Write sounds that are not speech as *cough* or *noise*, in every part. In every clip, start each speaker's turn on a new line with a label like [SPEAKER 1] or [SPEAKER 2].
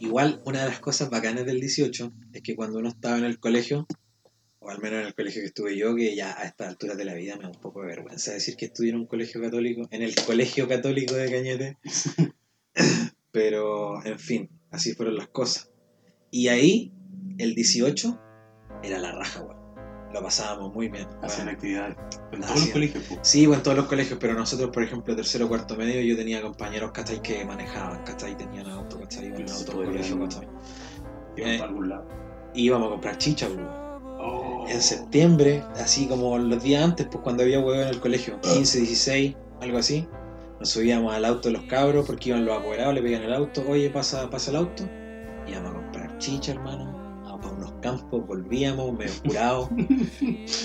[SPEAKER 1] Igual, una de las cosas bacanas del 18 es que cuando uno estaba en el colegio, o al menos en el colegio que estuve yo, que ya a estas alturas de la vida me da un poco de vergüenza decir que estudié en un colegio católico, en el colegio católico de Cañete. Pero, en fin, así fueron las cosas. Y ahí, el 18, era la raja, weón. Lo pasábamos muy bien.
[SPEAKER 2] Hacían
[SPEAKER 1] weón.
[SPEAKER 2] actividades. En todos los
[SPEAKER 1] Hacían.
[SPEAKER 2] colegios, po.
[SPEAKER 1] Sí, bueno, en todos los colegios, pero nosotros, por ejemplo, tercero, cuarto, medio, yo tenía compañeros, ¿cachai? Que manejaban, ¿cachai? Tenían auto, ¿cachai? Iban en
[SPEAKER 2] Sí,
[SPEAKER 1] auto al
[SPEAKER 2] podrían.
[SPEAKER 1] colegio, ¿cachai?
[SPEAKER 2] Iban
[SPEAKER 1] Eh.
[SPEAKER 2] para algún lado.
[SPEAKER 1] Y íbamos a comprar chicha, pues, weón.
[SPEAKER 2] Oh.
[SPEAKER 1] En septiembre, así como los días antes, pues cuando había huevo en el colegio, 15, 16, algo así, nos subíamos al auto de los cabros porque iban los apoderados, le pedían el auto, oye, pasa, pasa el auto. Íbamos a comprar chicha, hermano. A unos campos, volvíamos medio curados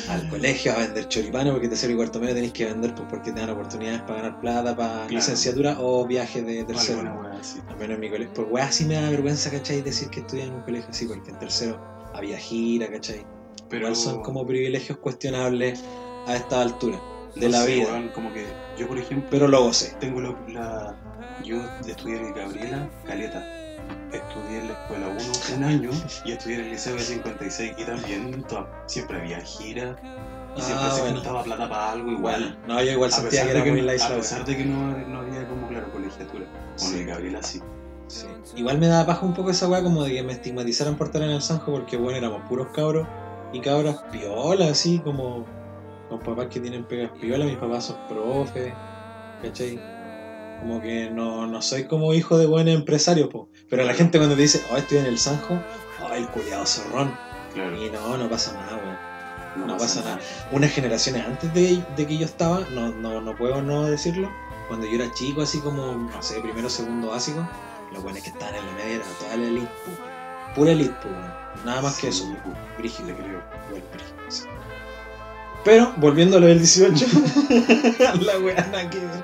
[SPEAKER 1] al colegio a vender choripano porque tercero y cuarto medio tenéis que vender pues, porque te dan oportunidades para ganar plata, para licenciatura o viajes de tercero.
[SPEAKER 2] Alguna wea así.
[SPEAKER 1] Al menos en mi colegio. Por weá, sí me da vergüenza, ¿cachai? Decir que estudié en un colegio así, porque en tercero había gira, ¿cachai?
[SPEAKER 2] Pero
[SPEAKER 1] Igual son como privilegios cuestionables a esta altura de
[SPEAKER 2] no
[SPEAKER 1] la
[SPEAKER 2] sé,
[SPEAKER 1] vida.
[SPEAKER 2] weón, como que yo, por ejemplo,
[SPEAKER 1] Pero lo gocé.
[SPEAKER 2] tengo la. la- yo estudié en Gabriela Caleta. Estudié en la escuela 1 un año y estudié en el liceo del 56 y también to- siempre había giras y siempre
[SPEAKER 1] Ah,
[SPEAKER 2] se
[SPEAKER 1] bueno.
[SPEAKER 2] juntaba plata para algo igual.
[SPEAKER 1] Bueno, no, yo igual
[SPEAKER 2] A
[SPEAKER 1] sentía
[SPEAKER 2] pesar,
[SPEAKER 1] que
[SPEAKER 2] de
[SPEAKER 1] era
[SPEAKER 2] que,
[SPEAKER 1] muy
[SPEAKER 2] no-
[SPEAKER 1] la
[SPEAKER 2] a
[SPEAKER 1] isla.
[SPEAKER 2] pesar de que no, no había como, claro, colegiatura. Bueno,
[SPEAKER 1] Sí.
[SPEAKER 2] en Gabriela sí.
[SPEAKER 1] Sí. Igual me daba paja un poco esa weá como de que me estigmatizaran por estar en el Sanjo porque bueno, éramos puros cabros y cabras piolas, así como con papás que tienen pegas piolas, mis papás son profes, ¿cachai? Como que no, no soy como hijo de buen empresario, po. pero la gente cuando te dice, oh, estoy en el Sanjo, oh, el culiado zorrón,
[SPEAKER 2] Claro,
[SPEAKER 1] y no, no pasa nada, weón.
[SPEAKER 2] no,
[SPEAKER 1] no pasa nada. Unas generaciones antes de, de que yo estaba, no, no, no puedo no decirlo, cuando yo era chico, así como, no sé, primero, segundo básico, los buenos que estaban en la media era toda la elite, pu. pura elite, pu, weón. nada Ah, más que eso,
[SPEAKER 2] Sí, pues,
[SPEAKER 1] brígido,
[SPEAKER 2] Te creo.
[SPEAKER 1] weón, brígido, sí. Pero, volviendo a lo del 18, *laughs* la weá nada que ver.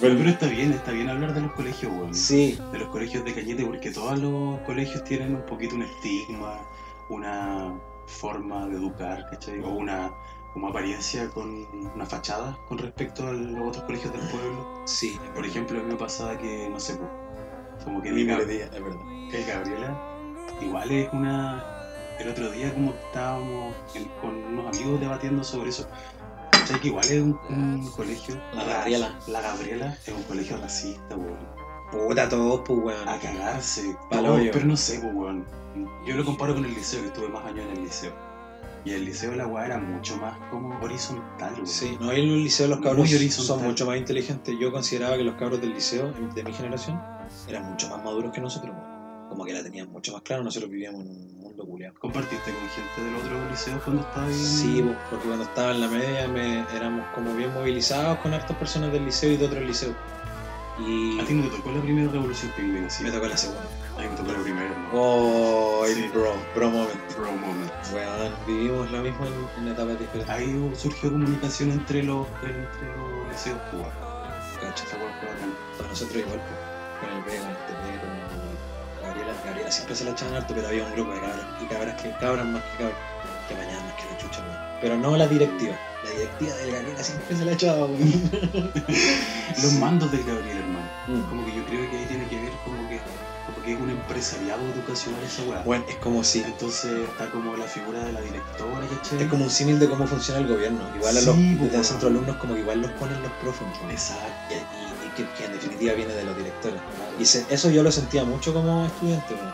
[SPEAKER 2] Pero, pero está bien, está bien hablar de los colegios, weón.
[SPEAKER 1] Sí,
[SPEAKER 2] de los colegios de Cañete, porque todos los colegios tienen un poquito un estigma, una forma de educar, ¿cachai? O una como apariencia con una fachada con respecto a los otros colegios del pueblo.
[SPEAKER 1] sí,
[SPEAKER 2] Por ejemplo, a mí me pasaba que, no sé, pues, como que
[SPEAKER 1] mi
[SPEAKER 2] el, Gab-
[SPEAKER 1] melodía, es verdad.
[SPEAKER 2] el Gabriela igual es una... El otro día como estábamos en- con unos amigos debatiendo sobre eso. ¿Cachai? Que igual es un, un colegio...
[SPEAKER 1] La Gabriela.
[SPEAKER 2] La Gabriela es un colegio racista, weón
[SPEAKER 1] Puta, todos, pues, weón.
[SPEAKER 2] a cagarse.
[SPEAKER 1] Pa'l
[SPEAKER 2] No,
[SPEAKER 1] hoyo.
[SPEAKER 2] pero no sé, pues, weón. Yo lo comparo con el liceo, que estuve más años en el liceo. Y el liceo la weá era mucho más como horizontal, weón.
[SPEAKER 1] Sí, no, en el liceo los
[SPEAKER 2] Muy
[SPEAKER 1] cabros
[SPEAKER 2] horizontal.
[SPEAKER 1] son mucho más inteligentes. Yo consideraba que los cabros del liceo, de mi generación, eran mucho más maduros que nosotros. weón. Como que la tenían mucho más clara, nosotros vivíamos en un mundo culiado.
[SPEAKER 2] ¿Compartiste con gente del otro liceo cuando estabas ahí?
[SPEAKER 1] Sí, po, porque cuando estaba en la media me- éramos como bien movilizados con hartas personas del liceo y de otros liceos. Y
[SPEAKER 2] A ti no te tocó la primera revolución pingüina, sí.
[SPEAKER 1] me tocó la segunda.
[SPEAKER 2] A mí me tocó la primera, ¿no?
[SPEAKER 1] Oh,
[SPEAKER 2] Sí.
[SPEAKER 1] bro, bro moment.
[SPEAKER 2] Bro moment.
[SPEAKER 1] Weón, vivimos lo mismo en, en etapas diferentes.
[SPEAKER 2] Ahí surgió comunicación entre los, entre los liceos, pues, weón.
[SPEAKER 1] Cacho.
[SPEAKER 2] Esa weá fue bacán.
[SPEAKER 1] Para nosotros igual, pues, con el B, con el TP, con Gabriela. Gabriela siempre se la echaban harto, pero había un grupo de cabras y cabras que cabras más que cabras, que mañana más que la chucha, weón. Pero no la directiva. La directiva de Gabriela siempre se la echaba,
[SPEAKER 2] *laughs*
[SPEAKER 1] weón.
[SPEAKER 2] Los mandos del Gabriel, hermano.
[SPEAKER 1] Mm.
[SPEAKER 2] Como que yo creo que ahí tiene que ver como que, como que es un empresariado educacional esa weá.
[SPEAKER 1] Bueno, es como si.
[SPEAKER 2] Entonces está como la figura de la directora, ¿cachai?
[SPEAKER 1] Es como un símil de cómo funciona el gobierno. Igual a
[SPEAKER 2] Sí,
[SPEAKER 1] los
[SPEAKER 2] pues,
[SPEAKER 1] desde el
[SPEAKER 2] weón.
[SPEAKER 1] centro de alumnos como que igual los ponen los profes. weón. Y,
[SPEAKER 2] Exacto.
[SPEAKER 1] y- y que, que en definitiva viene de los directores. Y se- eso yo lo sentía mucho como estudiante, weón.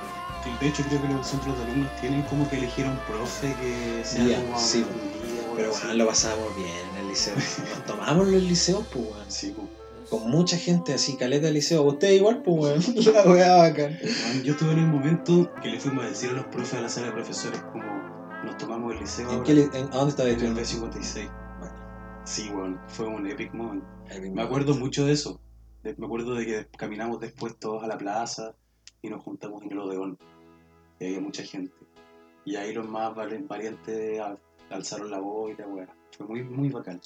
[SPEAKER 2] De hecho, creo que los centros de alumnos tienen como que elegir a un profe que sea
[SPEAKER 1] Ya,
[SPEAKER 2] como
[SPEAKER 1] sí,
[SPEAKER 2] un día, o
[SPEAKER 1] Pero
[SPEAKER 2] así.
[SPEAKER 1] bueno, lo pasábamos bien en el
[SPEAKER 2] *laughs*
[SPEAKER 1] liceo. Nos tomábamos los liceos, pues weón.
[SPEAKER 2] Sí, pues.
[SPEAKER 1] con mucha gente así, caleta de liceo. Usted igual, pues, weón. *laughs* La weá bacán.
[SPEAKER 2] Bueno, Yo estuve en un momento que le fuimos a decir a los profes de la sala de profesores como nos tomamos el liceo
[SPEAKER 1] ¿En
[SPEAKER 2] ahora,
[SPEAKER 1] qué li- en- ¿A dónde estaba
[SPEAKER 2] en el
[SPEAKER 1] estudiando?
[SPEAKER 2] B56. Sí, bueno, fue un epic moment.
[SPEAKER 1] Ahí mismo.
[SPEAKER 2] Me acuerdo mucho de eso. De- me acuerdo de que caminamos después todos a la plaza y nos juntamos en el Odeón. Y había mucha gente. Y ahí los más val- valientes al- alzaron la voz y la weá. Fue muy, muy bacán.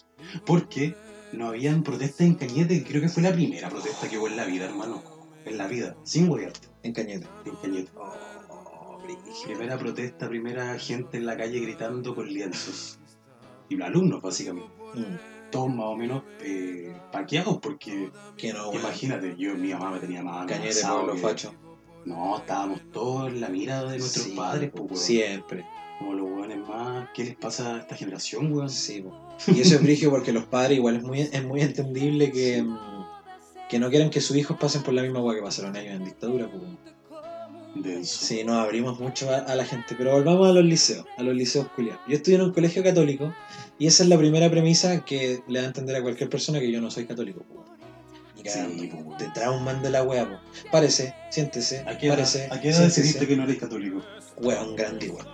[SPEAKER 2] Porque no habían protestas en Cañete, que creo que fue la primera protesta que hubo en la vida, hermano. En la vida, sin huevearte,
[SPEAKER 1] En Cañete.
[SPEAKER 2] en Cañete.
[SPEAKER 1] Oh, brígido.
[SPEAKER 2] Primera protesta, primera gente en la calle gritando con lienzos. Y los alumnos, básicamente.
[SPEAKER 1] Mm,
[SPEAKER 2] Todos más o menos eh, paqueados porque
[SPEAKER 1] Que no, weón.
[SPEAKER 2] Imagínate, yo mi mamá me tenía más
[SPEAKER 1] Cañete,
[SPEAKER 2] amenazado
[SPEAKER 1] pueblo
[SPEAKER 2] que-
[SPEAKER 1] facho.
[SPEAKER 2] No, estábamos todos en la mira de nuestros
[SPEAKER 1] Sí,
[SPEAKER 2] padres, pues,
[SPEAKER 1] po,
[SPEAKER 2] weón.
[SPEAKER 1] Siempre.
[SPEAKER 2] Como los weones más. ¿Qué les pasa a esta generación, weón?
[SPEAKER 1] Sí, po. Y eso es brillo porque los padres igual es muy, es muy entendible que,
[SPEAKER 2] Sí.
[SPEAKER 1] mm, que no quieran que sus hijos pasen por la misma agua que pasaron ellos en dictadura. po.
[SPEAKER 2] Denso.
[SPEAKER 1] Sí, nos abrimos mucho a, a la gente, pero volvamos a los liceos, a los liceos culiados. Yo estudié en un colegio católico y esa es la primera premisa que le da a entender a cualquier persona que yo no soy católico. po. Ni cagando.
[SPEAKER 2] Sí, po, weón.
[SPEAKER 1] te trauman de la wea, po. Parece, siéntese,
[SPEAKER 2] ¿A qué edad,
[SPEAKER 1] parece.
[SPEAKER 2] a qué edad
[SPEAKER 1] siéntese.
[SPEAKER 2] decidiste que no eres católico?
[SPEAKER 1] Weón, grande igual.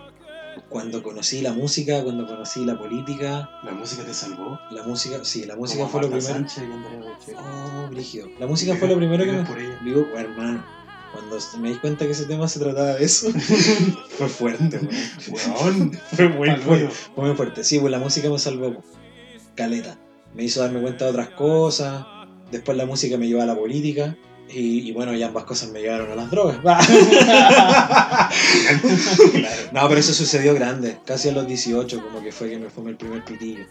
[SPEAKER 1] Cuando conocí la música, cuando conocí la política,
[SPEAKER 2] ¿La música te salvó?
[SPEAKER 1] la música, sí, la música
[SPEAKER 2] Como
[SPEAKER 1] fue lo
[SPEAKER 2] Marta
[SPEAKER 1] primero.
[SPEAKER 2] Sánchez y Andrea Bocelli.
[SPEAKER 1] Oh, brígido. La música
[SPEAKER 2] Vive-
[SPEAKER 1] fue lo primero que
[SPEAKER 2] vive
[SPEAKER 1] me.
[SPEAKER 2] por ella.
[SPEAKER 1] Digo, oh, hermano, cuando me di cuenta que ese tema se trataba de *laughs* eso, fue fuerte, weón.
[SPEAKER 2] *laughs* Weón,
[SPEAKER 1] Fue muy
[SPEAKER 2] al
[SPEAKER 1] fuerte.
[SPEAKER 2] hoyo.
[SPEAKER 1] Fue muy fuerte. Sí, pues la música me salvó. po. Caleta. Me hizo darme cuenta de otras cosas. Después la música me llevó a la política. Y, y bueno, ya ambas cosas me llevaron a las drogas. *laughs*
[SPEAKER 2] Claro.
[SPEAKER 1] No, pero eso sucedió grande. Casi a los 18, como que fue que me fumé el primer pitillo.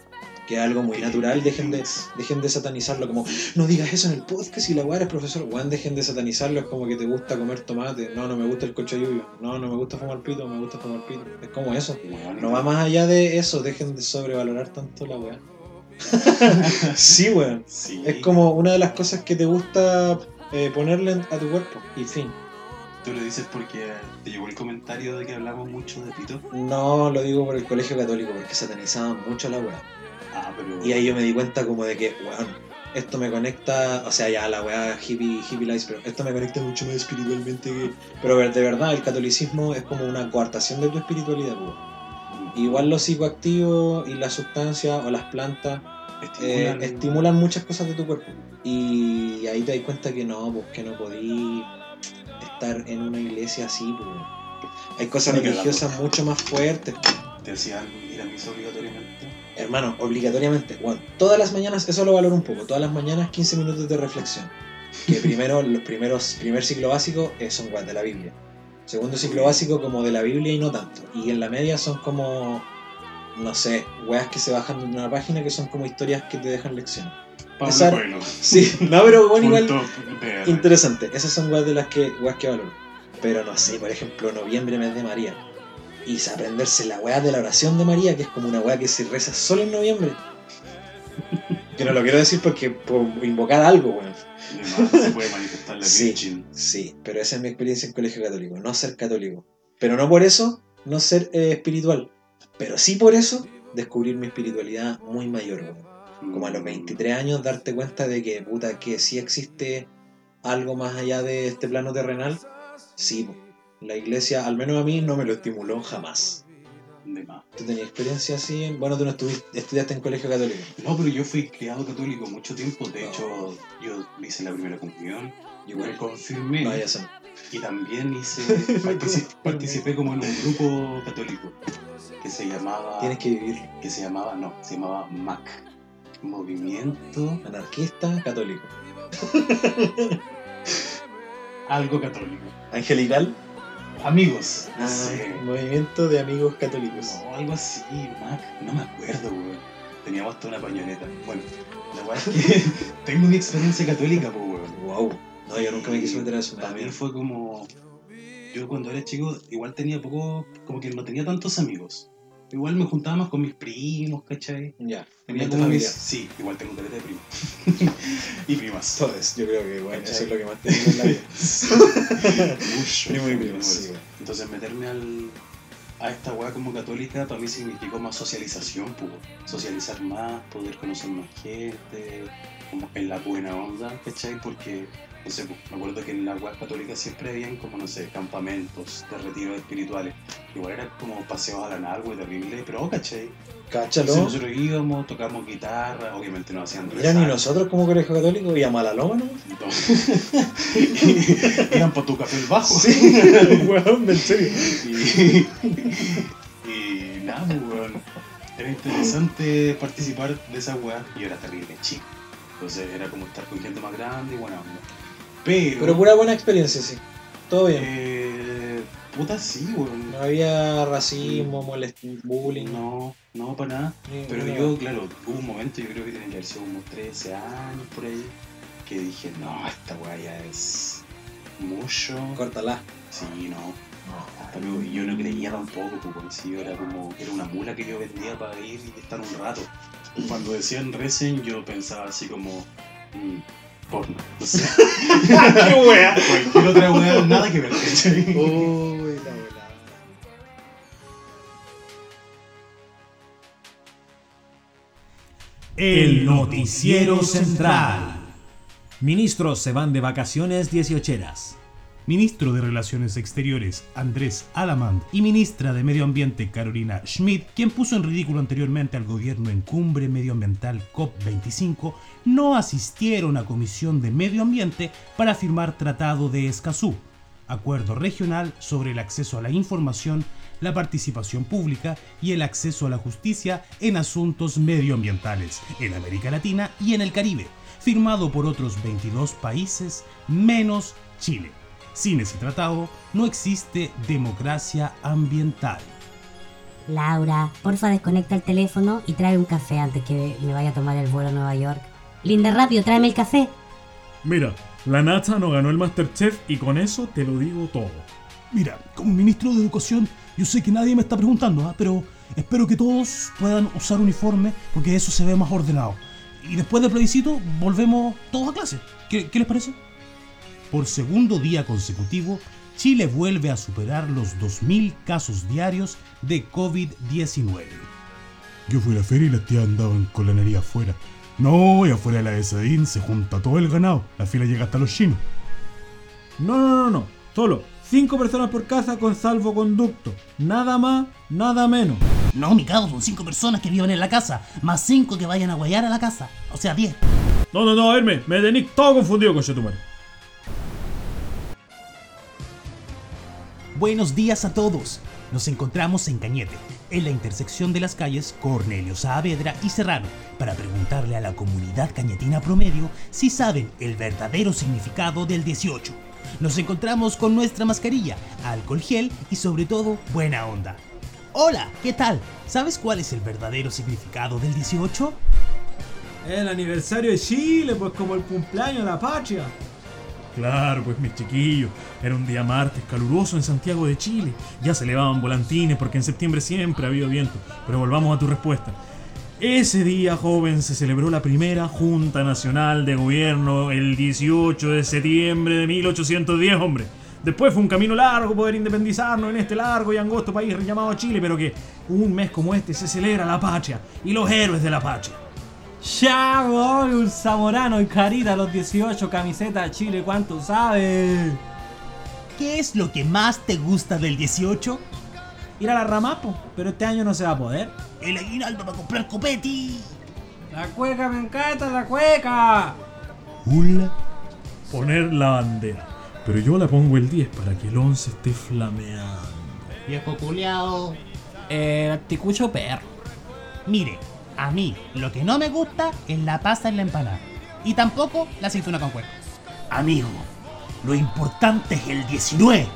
[SPEAKER 1] Que es algo muy natural. Dejen de, dejen de satanizarlo. Como, no digas eso en el podcast y la weá eres profesor. Juan, dejen de satanizarlo. Es como que te gusta comer tomate. No, no me gusta el cochayuyo. No, no me gusta fumar pito. Me gusta fumar pito. Es como eso.
[SPEAKER 2] Weón,
[SPEAKER 1] No va más allá de eso, dejen de sobrevalorar tanto la weá. *laughs* sí, weón.
[SPEAKER 2] Sí.
[SPEAKER 1] Es como una de las cosas que te gusta eh, ponerle en- a tu cuerpo. Y fin.
[SPEAKER 2] Tú lo dices porque te llegó el comentario de que hablamos mucho de pito.
[SPEAKER 1] No lo digo por el colegio católico, porque satanizaban mucho la weá.
[SPEAKER 2] Ah, pero.
[SPEAKER 1] Y ahí yo me di cuenta como de que, weón, esto me conecta, o sea, ya la weá hippie, hippie lies, pero esto me conecta mucho más espiritualmente que... Pero de verdad, el catolicismo es como una coartación de tu espiritualidad, weón. Igual los psicoactivos y las sustancias o las plantas eh,
[SPEAKER 2] Estimulan-
[SPEAKER 1] estimulan, muchas cosas de tu cuerpo. Y ahí te das cuenta que no, pues que no podí estar en una iglesia así, pues. weón. Hay cosas
[SPEAKER 2] Ni
[SPEAKER 1] religiosas mucho más fuertes. pues.
[SPEAKER 2] Te hacían ir a misa obligatoriamente.
[SPEAKER 1] Hermano, obligatoriamente. weón. todas las mañanas, eso lo valoro un poco, todas las mañanas 15 minutos de reflexión. Que primero, los primeros, primer ciclo básico eh, son weas de la Biblia. Segundo ciclo básico como de la Biblia y no tanto. Y en la media son como, no sé, weas que se bajan de una página que son como historias que te dejan lecciones.
[SPEAKER 2] Pablo
[SPEAKER 1] Esa-
[SPEAKER 2] Coelho.
[SPEAKER 1] Sí, *laughs* no, pero bueno, igual
[SPEAKER 2] Punto PR.
[SPEAKER 1] interesante. Esas son weas de las que weas que valoro. Pero no sé, por ejemplo, noviembre, mes de María. Y sa- aprenderse la wea de la oración de María, que es como una wea que se reza solo en noviembre. Que no lo quiero decir porque por invocar algo, weón.
[SPEAKER 2] Y además se puede manifestar
[SPEAKER 1] *laughs*
[SPEAKER 2] la
[SPEAKER 1] Sí.
[SPEAKER 2] Virgin.
[SPEAKER 1] Sí, pero esa es mi experiencia en colegio católico, no ser católico. Pero no por eso, no ser eh, espiritual. Pero sí por eso, descubrir mi espiritualidad muy mayor, weón. como a los 23 años darte cuenta de que puta que sí existe algo más allá de este plano terrenal sí po. la iglesia al menos a mí no me lo estimuló jamás
[SPEAKER 2] De más.
[SPEAKER 1] tú tenías experiencia así en- bueno tú no estuviste estudiaste en colegio católico
[SPEAKER 2] No, pero yo fui criado católico mucho tiempo. De hecho,
[SPEAKER 1] Oh.
[SPEAKER 2] yo hice la primera comunión. Me
[SPEAKER 1] igual
[SPEAKER 2] confirmé.
[SPEAKER 1] no ya son
[SPEAKER 2] Y
[SPEAKER 1] *laughs*
[SPEAKER 2] también hice. partici- participé como en un grupo católico. Que se llamaba.
[SPEAKER 1] tienes que vivir
[SPEAKER 2] que se llamaba, no, se llamaba MAC. Movimiento
[SPEAKER 1] anarquista católico
[SPEAKER 2] Algo Católico.
[SPEAKER 1] angelical
[SPEAKER 2] Amigos.
[SPEAKER 1] Ah,
[SPEAKER 2] No sé.
[SPEAKER 1] movimiento de amigos católicos
[SPEAKER 2] No, algo así, Mac. No me acuerdo, weón. Teníamos toda una pañoleta. Bueno, la verdad es que *laughs* tengo una experiencia católica, pues, weón.
[SPEAKER 1] wow no yo nunca me quise meter a eso me da
[SPEAKER 2] Para mí
[SPEAKER 1] miedo.
[SPEAKER 2] fue como. Yo cuando era chico, igual tenía poco. Como que no tenía tantos amigos. Igual me juntaba más con mis primos, ¿cachai?
[SPEAKER 1] ya
[SPEAKER 2] Tenía
[SPEAKER 1] ambiente
[SPEAKER 2] como mis.
[SPEAKER 1] familiar
[SPEAKER 2] Sí, igual tengo caleta de primos. *laughs* y primas.
[SPEAKER 1] *laughs* todos yo creo que bueno,
[SPEAKER 2] ¿Cachai?
[SPEAKER 1] eso es lo que
[SPEAKER 2] *laughs*
[SPEAKER 1] más te digo en la vida
[SPEAKER 2] Mucho,
[SPEAKER 1] primo y
[SPEAKER 2] mucho,
[SPEAKER 1] primo
[SPEAKER 2] mucho.
[SPEAKER 1] sí, weón.
[SPEAKER 2] Entonces meterme al, a esta weá como católica para mí significó más socialización, pues, socializar más, poder conocer más gente, como en la buena onda, ¿cachai? Porque, no sé, pues, me acuerdo que en las weas católicas siempre habían como, no sé, campamentos de retiros espirituales. Igual eran como paseos a la nalga y terrible, pero, ¿cachai? Entonces
[SPEAKER 1] cáchalo
[SPEAKER 2] nosotros íbamos, tocamos guitarra, obviamente no hacían
[SPEAKER 1] Mira, ni
[SPEAKER 2] rezar.
[SPEAKER 1] nosotros como colegio católico y a Malaloma, ¿no?
[SPEAKER 2] No. *laughs* Iban para tu café el bajo.
[SPEAKER 1] *laughs*
[SPEAKER 2] *laughs*
[SPEAKER 1] weón, en serio.
[SPEAKER 2] Y, y nada, pues, weón. Era interesante participar de esa weá. Y yo era terrible chico. Entonces era como estar con gente más grande y buena onda. Pero.
[SPEAKER 1] Pero pura buena experiencia, sí. Todo bien.
[SPEAKER 2] eh, puta, sí, weón.
[SPEAKER 1] No había racismo, molestia, bullying.
[SPEAKER 2] No, no, para nada.
[SPEAKER 1] ni-
[SPEAKER 2] Pero
[SPEAKER 1] ni
[SPEAKER 2] yo,
[SPEAKER 1] nada.
[SPEAKER 2] claro, hubo un momento, yo creo que tenía que haber sido unos 13 años por ahí, que dije, no, esta weá ya es. mucho.
[SPEAKER 1] Córtala.
[SPEAKER 2] Sí, no. Hasta luego, y yo no creía tampoco, pues, weón, si yo era como, era una mula que yo vendía para ir y estar un rato. Cuando decían Resen, yo pensaba así como, mm, porno. No sé,
[SPEAKER 1] ¡Qué wea!
[SPEAKER 2] cualquier otra weá, nada que ver, ¿cachai? *laughs*
[SPEAKER 1] Uy, la volada.
[SPEAKER 3] El noticiero central. Ministros se van de vacaciones dieciocheras.
[SPEAKER 4] Ministro de Relaciones Exteriores Andrés Alamand y ministra de Medio Ambiente Carolina Schmidt, quien puso en ridículo anteriormente al gobierno en cumbre medioambiental COP25, no asistieron a Comisión de Medio Ambiente para firmar Tratado de Escazú, acuerdo regional sobre el acceso a la información, la participación pública y el acceso a la justicia en asuntos medioambientales en América Latina y en el Caribe, firmado por otros 22 países menos Chile. Sin ese tratado no existe democracia ambiental.
[SPEAKER 5] Laura, porfa desconecta el teléfono y trae un café antes que me vaya a tomar el vuelo a Nueva York. Linda, rápido, tráeme el café.
[SPEAKER 6] Mira, la Nata no ganó el Masterchef y con eso te lo digo todo.
[SPEAKER 4] Mira, como ministro de Educación, yo sé que nadie me está preguntando, ¿ah? pero espero que todos puedan usar uniforme porque eso se ve más ordenado. Y después del plebiscito, volvemos todos a clase. ¿Qué, qué les parece? Por segundo día consecutivo, Chile vuelve a superar los 2.000 casos diarios de COVID-19. Yo fui a la feria y las tías andaban con la nariz afuera. No, y afuera de la Besadín se junta todo el ganado. La fila llega hasta los chinos.
[SPEAKER 6] No, no, no, no. Solo cinco personas por casa con salvoconducto. Nada más, nada menos.
[SPEAKER 7] No, mi cabo, son cinco personas que vivan en la casa, más cinco que vayan a guayar a la casa, o sea, diez.
[SPEAKER 6] No, no, no, Hermes, me tenéis todo confundido con Chetumare.
[SPEAKER 4] Buenos días a todos. Nos encontramos en Cañete, en la intersección de las calles Cornelio Saavedra y Serrano, para preguntarle a la comunidad cañetina promedio si saben el verdadero significado del 18. Nos encontramos con nuestra mascarilla, alcohol gel y sobre todo buena onda. Hola, ¿qué tal? ¿Sabes cuál es el verdadero significado del 18?
[SPEAKER 6] El aniversario de Chile, pues como el cumpleaños de la patria. Claro, pues mis chiquillos, era un día martes caluroso en Santiago de Chile. Ya se elevaban volantines porque en septiembre siempre ha habido viento. Pero volvamos a tu respuesta. Ese día, joven, se celebró la primera Junta Nacional de Gobierno el 18 de septiembre de 1810, hombre. Después fue un camino largo poder independizarnos en este largo y angosto país llamado Chile, pero que un mes como este se celebra la patria y los héroes de la patria.
[SPEAKER 8] Ya voy, un zamorano y carita los 18 camisetas Chile, ¿cuánto sabe?
[SPEAKER 7] ¿Qué es lo que más te gusta del 18?
[SPEAKER 8] Ir a la Ramapo, pero este año no se va a poder.
[SPEAKER 7] El aguinaldo para comprar copeti.
[SPEAKER 8] La cueca me encanta, la cueca.
[SPEAKER 4] Hola.
[SPEAKER 6] Poner la bandera. Pero yo la pongo el 10 para que el 11 esté flameando.
[SPEAKER 7] Viejo culeado.
[SPEAKER 8] Eh, anticucho perro.
[SPEAKER 7] Mire, a mí lo que no me gusta es la pasta en la empanada. Y tampoco la aceituna con cuerpo. Amigo, lo importante es el 19.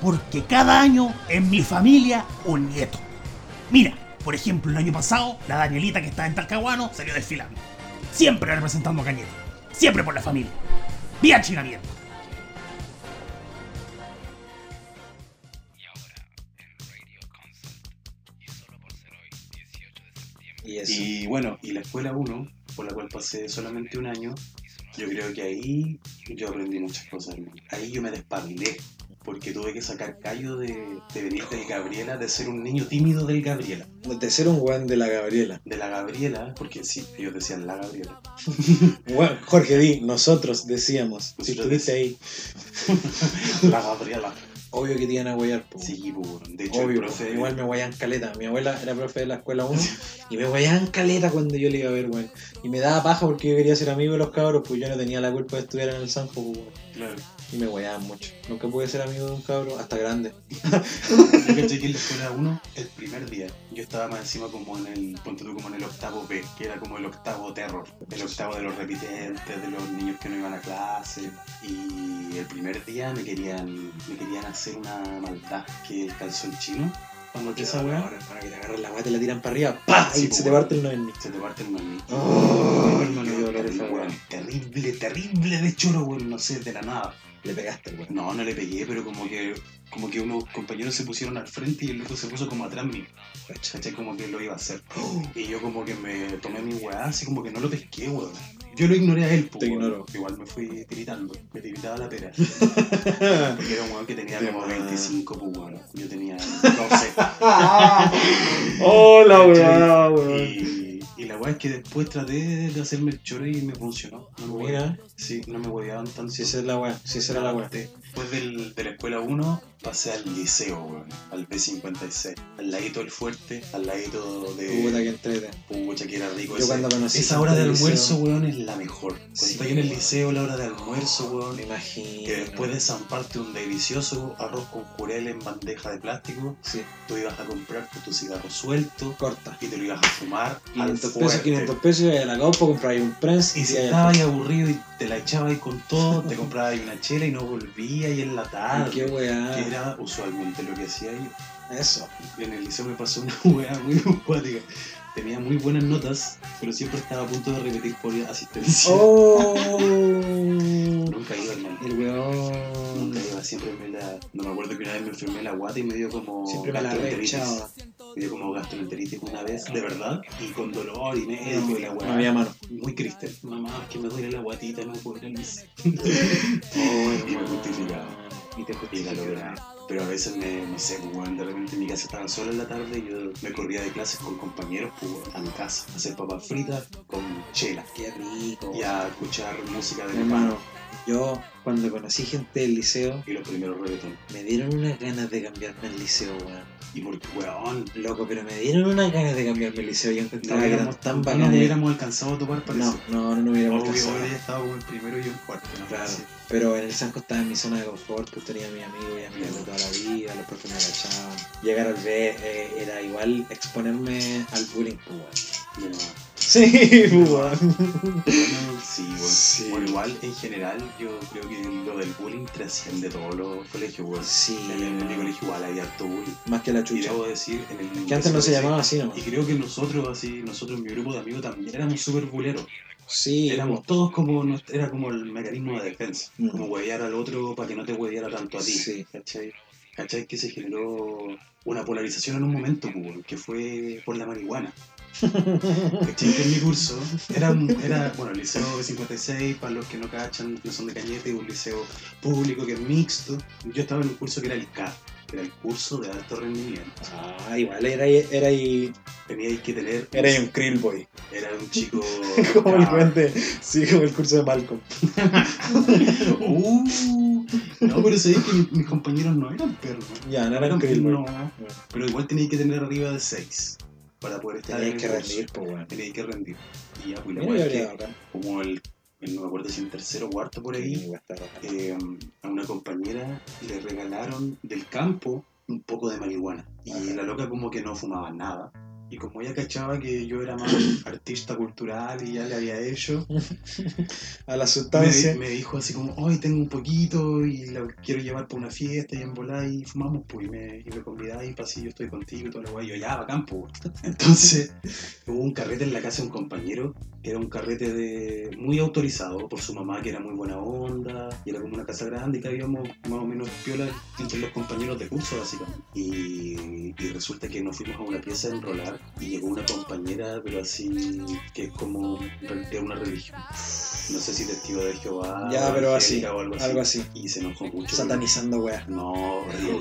[SPEAKER 7] Porque cada año en mi familia un nieto. Mira, por ejemplo, el año pasado la Danielita que está en Talcahuano salió desfilando. Siempre representando a Cañete. Siempre por la familia. Bien china mierda.
[SPEAKER 1] Y eso.
[SPEAKER 2] Y bueno, y la escuela 1, por la cual pasé solamente un año, yo creo que ahí yo aprendí muchas cosas. hermano. Ahí yo me despabilé, porque tuve que sacar callo de, de venir de Gabriela, de ser un niño tímido del Gabriela.
[SPEAKER 1] De ser un weón de la Gabriela.
[SPEAKER 2] De la Gabriela, porque sí, ellos decían la Gabriela.
[SPEAKER 1] Weón, Jorge Di, nosotros decíamos, si
[SPEAKER 2] Nosotros
[SPEAKER 1] estuviste ahí,
[SPEAKER 2] La Gabriela.
[SPEAKER 1] obvio que te iban a huear, po.
[SPEAKER 2] Sí, pues, bueno. de hecho,
[SPEAKER 1] Obvio,
[SPEAKER 2] el profe...
[SPEAKER 1] igual me guayan caleta. Mi abuela era profe de la escuela 1 y me guayan caleta cuando yo le iba a ver, weón. Y me daba paja porque yo quería ser amigo de los cabros, pues yo no tenía la culpa de estudiar en el Sanjo, pues, weón.
[SPEAKER 2] Claro.
[SPEAKER 1] Y me guayaban mucho. Nunca pude ser amigo de un cabro, hasta grande.
[SPEAKER 2] Yo caché que en la escuela 1, el primer día, yo estaba más encima como en el, ponte tú como en el octavo B, que era como el octavo terror, el octavo de los repitentes, de los niños que no iban a clase. Y el primer día me querían, me querían hacer una maldad, que el calzón chino, cuando te esa weá,
[SPEAKER 1] Ahora, para que te agarren la weá, te la tiran para arriba, ¡pah!
[SPEAKER 2] Sí,
[SPEAKER 1] y se
[SPEAKER 2] po,
[SPEAKER 1] te
[SPEAKER 2] weón.
[SPEAKER 1] parte el 90.
[SPEAKER 2] se te parte el maní.
[SPEAKER 1] Oh,
[SPEAKER 2] Hermano,
[SPEAKER 1] qué dolor
[SPEAKER 2] terrible,
[SPEAKER 1] esa weá.
[SPEAKER 2] weón, terrible, terrible de choro, weón, no sé, de la nada.
[SPEAKER 1] Le pegaste,
[SPEAKER 2] *laughs*
[SPEAKER 1] weón. *laughs*
[SPEAKER 2] No, no le pegué, pero como que, como que unos compañeros se pusieron al frente y el loco se puso como atrás mío. ¿Cachai? Como que lo iba a hacer. Y yo como que me tomé mi weá, así como que no lo pesqué, weón. Yo lo ignoré a él, pues,
[SPEAKER 1] Te
[SPEAKER 2] weón.
[SPEAKER 1] ignoró.
[SPEAKER 2] Igual me fui tiritando, me tiritaba
[SPEAKER 1] *laughs*
[SPEAKER 2] la pera. Porque era un weón que tenía como 25, pues, weón. Yo
[SPEAKER 1] *laughs*
[SPEAKER 2] tenía 12.
[SPEAKER 1] Hola,
[SPEAKER 2] weá, y, y la weá es que después traté de hacerme el choro y me funcionó. No me
[SPEAKER 1] Mira,
[SPEAKER 2] Sí, no me hueveaban tanto.
[SPEAKER 1] si esa es la weá, si esa era la weá.
[SPEAKER 2] Después del- de la escuela 1 pasé al liceo, weón, al B56. Al ladito del fuerte, al ladito
[SPEAKER 1] Puta
[SPEAKER 2] de
[SPEAKER 1] que entrete.
[SPEAKER 2] Pucha, que era rico
[SPEAKER 1] Yo
[SPEAKER 2] ese.
[SPEAKER 1] cuando conocí
[SPEAKER 2] Esa
[SPEAKER 1] gente
[SPEAKER 2] hora de
[SPEAKER 1] del
[SPEAKER 2] almuerzo,
[SPEAKER 1] liceo.
[SPEAKER 2] weón, es la mejor. Cuando
[SPEAKER 1] Sí,
[SPEAKER 2] estás en el
[SPEAKER 1] weón.
[SPEAKER 2] liceo, la hora de almuerzo,
[SPEAKER 1] Me
[SPEAKER 2] weón.
[SPEAKER 1] imagino.
[SPEAKER 2] Que después de zamparte un delicioso arroz con jurel en bandeja de plástico,
[SPEAKER 1] Sí,
[SPEAKER 2] tú ibas a comprarte tu cigarro suelto
[SPEAKER 1] corta.
[SPEAKER 2] y te lo ibas a fumar al
[SPEAKER 1] 500 pesos,
[SPEAKER 2] fuerte.
[SPEAKER 1] 500 pesos, y a la copa compráis un Prince
[SPEAKER 2] Y si
[SPEAKER 1] ahí
[SPEAKER 2] estabas ahí aburrido y te la echabas ahí con todo, te comprabas ahí una chela y no volvías y en la
[SPEAKER 1] *laughs* Ah,
[SPEAKER 2] tarde.
[SPEAKER 1] qué weá.
[SPEAKER 2] que era usualmente lo que hacía yo.
[SPEAKER 1] Eso.
[SPEAKER 2] *laughs* En el liceo me pasó una *laughs* hueá muy acuática. Tenía muy buenas notas, pero siempre estaba a punto de repetir por asistencia.
[SPEAKER 1] ¡Oh!
[SPEAKER 2] Nunca iba, hermano.
[SPEAKER 1] El
[SPEAKER 2] Nunca
[SPEAKER 1] weón.
[SPEAKER 2] iba, siempre me la. No me acuerdo que una vez me enfermé la guata y me dio como.
[SPEAKER 1] Siempre me la
[SPEAKER 2] gastroenteritis.
[SPEAKER 1] rechaba.
[SPEAKER 2] Me dio como gastroenteritis una vez, de verdad, y con dolor y médico y la Oh,
[SPEAKER 1] No
[SPEAKER 2] hueá.
[SPEAKER 1] había mano.
[SPEAKER 2] Muy triste. Mamá, es que me duele la guatita, no puedo ir al liceo.
[SPEAKER 1] Y
[SPEAKER 2] Y me justificaba.
[SPEAKER 1] Y te
[SPEAKER 2] Y la lograba.
[SPEAKER 1] justificaba.
[SPEAKER 2] Pero a veces me, no sé, pues, weón, de repente en mi casa estaban sola en la tarde y yo me corría de clases con compañeros pues, weón, a mi casa a hacer papas fritas con chela
[SPEAKER 1] Qué rico.
[SPEAKER 2] y a escuchar música de
[SPEAKER 1] Hermano, yo cuando conocí gente del liceo,
[SPEAKER 2] Y los primeros reggaetón.
[SPEAKER 1] me dieron unas ganas de cambiarme al liceo, weón.
[SPEAKER 2] Y porque, weón,
[SPEAKER 1] Loco, pero me dieron unas ganas de cambiarme al liceo. Yo
[SPEAKER 2] no
[SPEAKER 1] encontraba que eran
[SPEAKER 2] hubiéramos,
[SPEAKER 1] tan
[SPEAKER 2] no
[SPEAKER 1] bacanas.
[SPEAKER 2] hubiéramos alcanzado a topar para
[SPEAKER 1] No,
[SPEAKER 2] eso.
[SPEAKER 1] no, no, no hubiéramos
[SPEAKER 2] Obvio,
[SPEAKER 1] alcanzado.
[SPEAKER 2] habría estado con el primero y el cuarto. ¿no?
[SPEAKER 1] Claro.
[SPEAKER 2] Sí.
[SPEAKER 1] Pero en el Sanco estaba en mi zona de confort, pues tenía a mis amigos y amigas de toda la vida, los profes me agachaban. Llegar al B eh, era igual exponerme al bullying, pues, weón.
[SPEAKER 2] Y no. *laughs*
[SPEAKER 1] Sí,
[SPEAKER 2] pues,
[SPEAKER 1] weón.
[SPEAKER 2] Bueno, sí, weón.
[SPEAKER 1] Sí.
[SPEAKER 2] Bueno, igual, en general, yo creo que lo del bullying trasciende todos los colegios, weón.
[SPEAKER 1] Sí,
[SPEAKER 2] En el- en mi colegio igual hay harto bullying.
[SPEAKER 1] más que la
[SPEAKER 2] Y
[SPEAKER 1] chucha.
[SPEAKER 2] debo decir, en el
[SPEAKER 1] Que antes no se
[SPEAKER 2] decir-
[SPEAKER 1] llamaba así nomás.
[SPEAKER 2] Y creo que nosotros, así, nosotros en mi grupo de amigos también éramos súper buleros.
[SPEAKER 1] Sí,
[SPEAKER 2] Éramos todos como, nos- era como el mecanismo de defensa.
[SPEAKER 1] Mm.
[SPEAKER 2] Como huevear al otro para que no te hueveara tanto a ti.
[SPEAKER 1] Sí.
[SPEAKER 2] ¿Cachai? ¿Cachai? Que se generó una polarización en un momento, pues, weón, que fue por
[SPEAKER 1] *laughs*
[SPEAKER 2] la marihuana. ¿Cachai? Que en mi curso era, un- era bueno, el liceo 56, para los que no cachan, no son de Cañete, un liceo público que es mixto. Yo estaba en un curso que era el CAP, que era el curso de alto rendimiento.
[SPEAKER 1] Ah, igual era, era, ahí-
[SPEAKER 2] Teníais que tener...
[SPEAKER 1] era ahí un krill boy. *laughs*
[SPEAKER 2] Era un chico.
[SPEAKER 1] Como el
[SPEAKER 2] Ah,
[SPEAKER 1] puente, sí, como el curso de Malcolm.
[SPEAKER 2] uh, no, pero sabéis que mi- mis compañeros no eran perros.
[SPEAKER 1] Ya, no era
[SPEAKER 2] Eran
[SPEAKER 1] un krill boy.
[SPEAKER 2] no, pero igual tenéis que tener arriba de 6 para poder estar
[SPEAKER 1] Tenías
[SPEAKER 2] en el
[SPEAKER 1] que
[SPEAKER 2] curso.
[SPEAKER 1] rendir, pues, weón.
[SPEAKER 2] Teníais que rendir. Y ya, pues la
[SPEAKER 1] Mira,
[SPEAKER 2] wea
[SPEAKER 1] yo
[SPEAKER 2] es
[SPEAKER 1] habría
[SPEAKER 2] que,
[SPEAKER 1] acá.
[SPEAKER 2] como el, el- no me acuerdo si en tercero o cuarto por ahí, eh, a una compañera le regalaron del campo un poco de marihuana. Y la loca como que no fumaba nada. Y como ella cachaba que yo era más artista cultural y ya le había hecho,
[SPEAKER 1] A la
[SPEAKER 2] me,
[SPEAKER 1] sustancia.
[SPEAKER 2] me dijo así como, hoy tengo un poquito y lo quiero llevar para una fiesta y en volá y fumamos, pues, y me, y me convidáis para si yo estoy contigo y todo lo guay. Yo, ya, bacán, pues. *laughs* Entonces, hubo un carrete en la casa de un compañero, era un carrete de muy autorizado por su mamá, que era muy buena onda, y era como una casa grande, que habíamos más o menos piola entre los compañeros de curso, básicamente. Y, y resulta que nos fuimos a una pieza a enrolar y llegó una compañera, pero así, que es como de una religión. No sé si testigo de Jehová.
[SPEAKER 1] Ya, pero así,
[SPEAKER 2] evangélica O algo así.
[SPEAKER 1] algo así.
[SPEAKER 2] Y se enojó mucho.
[SPEAKER 1] Satanizando, weón.
[SPEAKER 2] No, horrible.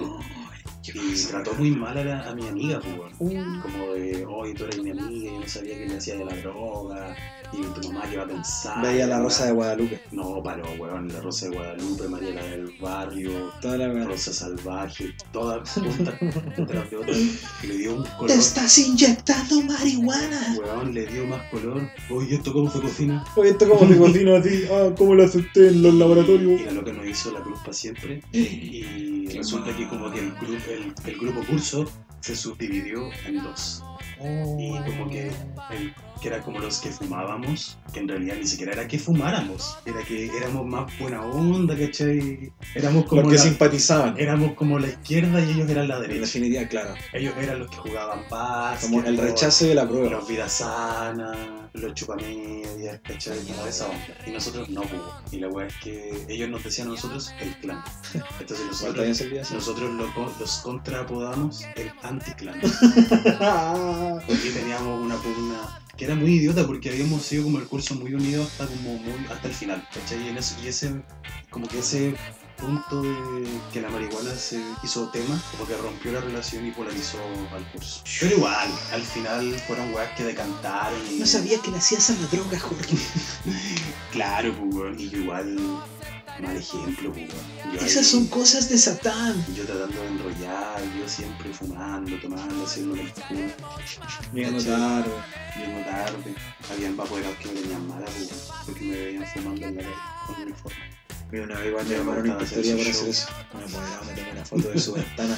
[SPEAKER 2] Y trató muy mal a, la- a mi amiga, pues, weón. Como de, oye, tú eres mi amiga, yo no sabía que le hacía de la droga. Y tu mamá que va a pensar.
[SPEAKER 1] Veía la rosa de Guadalupe.
[SPEAKER 2] No, paró, weón. La Rosa de Guadalupe, Mariela del Barrio,
[SPEAKER 1] Toda la weá.
[SPEAKER 2] Rosa Salvaje, todas juntas, detrás de otra. Y le dio un color.
[SPEAKER 1] estás inyectando marihuana!
[SPEAKER 2] Weón, le dio más color. Oye, ¿esto cómo se cocina?
[SPEAKER 1] Oye, ¿esto cómo te cocino a ti? Ah, ¿cómo lo hace usted en los
[SPEAKER 2] Y
[SPEAKER 1] laboratorios?
[SPEAKER 2] la loca nos hizo la cruz para siempre. Y resulta que como que el, gru- el, el grupo curso se subdividió en dos. Y como que, el- que era como los que fumábamos, que en realidad ni siquiera era que fumáramos, era que éramos más buena onda, ¿cachai? Éramos como,
[SPEAKER 1] Porque
[SPEAKER 2] la,
[SPEAKER 1] simpatizaban.
[SPEAKER 2] éramos como la izquierda y ellos eran la
[SPEAKER 1] En
[SPEAKER 2] derecha.
[SPEAKER 1] definitiva, claro.
[SPEAKER 2] Ellos eran los que jugaban paz,
[SPEAKER 1] Como el rechazo y la prueba.
[SPEAKER 2] Los vidas sanas, los chupamedias, ¿cachai? Como esa onda. Y nosotros no, pues. Y la weá es que ellos nos decían a nosotros el clan. Entonces
[SPEAKER 1] Igual también
[SPEAKER 2] nosotros,
[SPEAKER 1] servía así.
[SPEAKER 2] nosotros lo co- los contrapodamos el anticlan. Ah. Porque teníamos una pugna que era muy idiota porque habíamos sido como el curso muy unido hasta como muy, hasta el final, ¿cachai? Y, en eso- y ese, como que ese punto de que la marihuana se hizo tema, como que rompió la relación y polarizó al curso. Pero igual, al final fueron weas que decantaron y...
[SPEAKER 1] No sabía que le hacías a la droga, Jorge.
[SPEAKER 2] Claro, pues, weón, y yo igual, mal ejemplo, pues, weón. Yo
[SPEAKER 1] Esas
[SPEAKER 2] ahí-
[SPEAKER 1] son cosas de Satán.
[SPEAKER 2] Yo tratando de enrollar, yo siempre fumando, tomando, haciendo el culo.
[SPEAKER 1] Llegando
[SPEAKER 2] ¿cachai?
[SPEAKER 1] tarde.
[SPEAKER 2] Llego tarde, habían vapoderados que me tenían mala, pues, weón, porque me veían fumando en la calle con uniforme.
[SPEAKER 1] Mira, una vez igual me
[SPEAKER 2] Me
[SPEAKER 1] llamaron
[SPEAKER 2] encantaba
[SPEAKER 1] inspectoría para hacer
[SPEAKER 2] hacer ese
[SPEAKER 1] eso. Un apoderado me tomó una foto de su
[SPEAKER 2] *laughs*
[SPEAKER 1] ventana.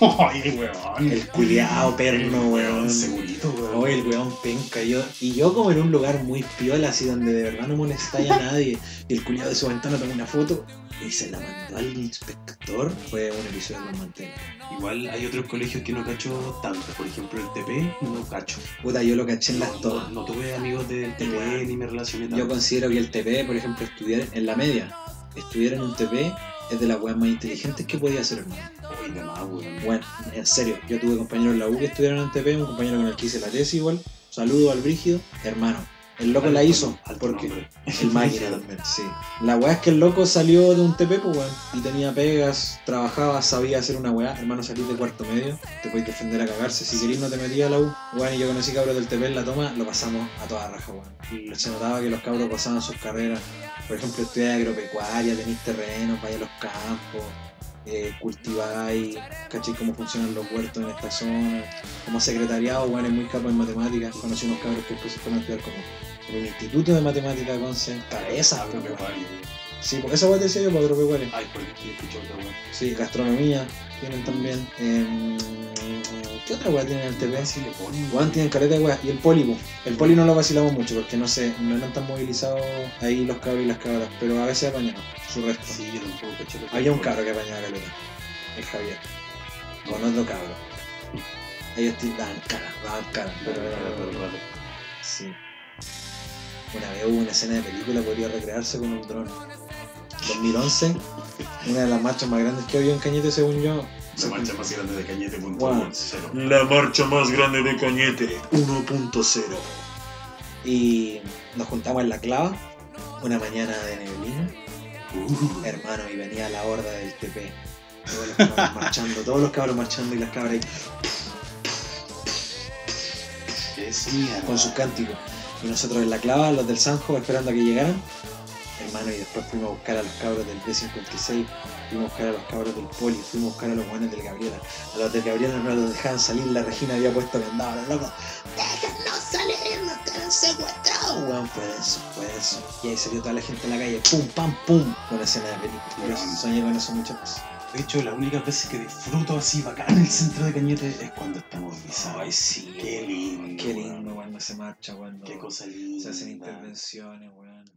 [SPEAKER 2] ¡Oye, weón!
[SPEAKER 1] El culiao perno, weón.
[SPEAKER 2] Segurito,
[SPEAKER 1] Oh,
[SPEAKER 2] weón.
[SPEAKER 1] el weón penca. Yo, y yo como en un lugar muy piola, así donde de verdad no molestáis a nadie. Y el culiao de su ventana tomó una foto y se la mandó al inspector. Fue un episodio de los manteles.
[SPEAKER 2] Igual hay otros colegios que no cacho tanto, por ejemplo el TP, no cacho.
[SPEAKER 1] Puta, yo lo caché en
[SPEAKER 2] No,
[SPEAKER 1] las
[SPEAKER 2] no,
[SPEAKER 1] tomas.
[SPEAKER 2] no tuve amigos del TP ni me relacioné tanto.
[SPEAKER 1] Yo considero que el TP, por ejemplo, estudiar en la media, estudiar en un TP es de las weas más inteligentes que podía hacer, hermano.
[SPEAKER 2] Oye, de más, weón.
[SPEAKER 1] Bueno, en serio, yo tuve compañeros en la U que estudiaron en TP, un compañero con el que hice la tesis igual. Saludo al Brígido, hermano. El loco la
[SPEAKER 2] Alto-
[SPEAKER 1] hizo,
[SPEAKER 2] alto
[SPEAKER 1] porque
[SPEAKER 2] nombre.
[SPEAKER 1] el máquina también, sí. La weá es que el loco salió de un TP, pues weón, y tenía pegas, trabajaba, sabía hacer una weá. Hermano, salís de cuarto medio, te podéis defender a cagarse. Si querís, no te metías a la U. Weón, y yo conocí cabros del TP en la toma, lo pasamos a toda raja, weón. Se notaba que los cabros pasaban sus carreras. Por ejemplo, estudiáis agropecuaria, tenéis terrenos, vais a los campos, eh, cultiváis, ¿cachai? Cómo funcionan los huertos en esta zona. Como secretariado, weón, es muy capo en matemáticas. Conocí unos cabros que después se fueron a estudiar como en un instituto de matemáticas con cabeza,
[SPEAKER 2] Hablo que varios.
[SPEAKER 1] Sí, pues esa weá te decía yo para agropecuaria.
[SPEAKER 2] Ay, porque estoy escuchando, weón.
[SPEAKER 1] Sí, gastronomía tienen también. em, ¿Qué otra weá tienen en el TP?
[SPEAKER 2] Así le ponen.
[SPEAKER 1] Juan tienen caleta de weas. Y el poli, po. El poli no lo vacilamos mucho porque no sé, no eran tan movilizados ahí los cabros y las cabras, pero a veces apañaban su resto.
[SPEAKER 2] Sí, yo tampoco cacho. lo que-
[SPEAKER 1] Había un cabro que apañaba caleta, el Javier, con otro cabro. Ellos te daban cara, daban cara,
[SPEAKER 2] Pero,
[SPEAKER 1] pero
[SPEAKER 2] pero,
[SPEAKER 1] era-
[SPEAKER 2] pero, pero,
[SPEAKER 1] sí. Una vez hubo una escena de película, podría recrearse con un dron. 2011, una de las marchas más grandes que había en Cañete, según yo.
[SPEAKER 2] La marcha más grande de Cañete. punto
[SPEAKER 1] Wow.
[SPEAKER 2] uno, cero.
[SPEAKER 9] La marcha más grande de Cañete 1.0.
[SPEAKER 1] y nos juntamos en la clava una mañana de neblina hermano y venía la horda del TP todos los cabros *laughs* marchando todos los cabros marchando y las cabras ahí
[SPEAKER 2] Es mierda.
[SPEAKER 1] con sus cánticos y nosotros en la clava los del Sanjo esperando a que llegaran hermano y después fuimos a buscar a los cabros del D56 fuimos a buscar a los cabros del Poli fuimos a buscar a los buenos del Gabriela a los del Gabriela no los dejaban salir la Regina había puesto vendado a los locos déjennos salir nos tienen secuestrados weón fue eso fue eso y ahí salió toda la gente a la calle pum pam pum una escena de película Yo soñé con eso muchas veces
[SPEAKER 2] De hecho, las únicas veces que disfruto así bacán el centro de Cañete es cuando estamos pisados. Ay, sí. Qué lindo.
[SPEAKER 1] qué
[SPEAKER 2] weón.
[SPEAKER 1] lindo cuando se marcha cuando
[SPEAKER 2] Qué cosa linda.
[SPEAKER 1] se hacen intervenciones weón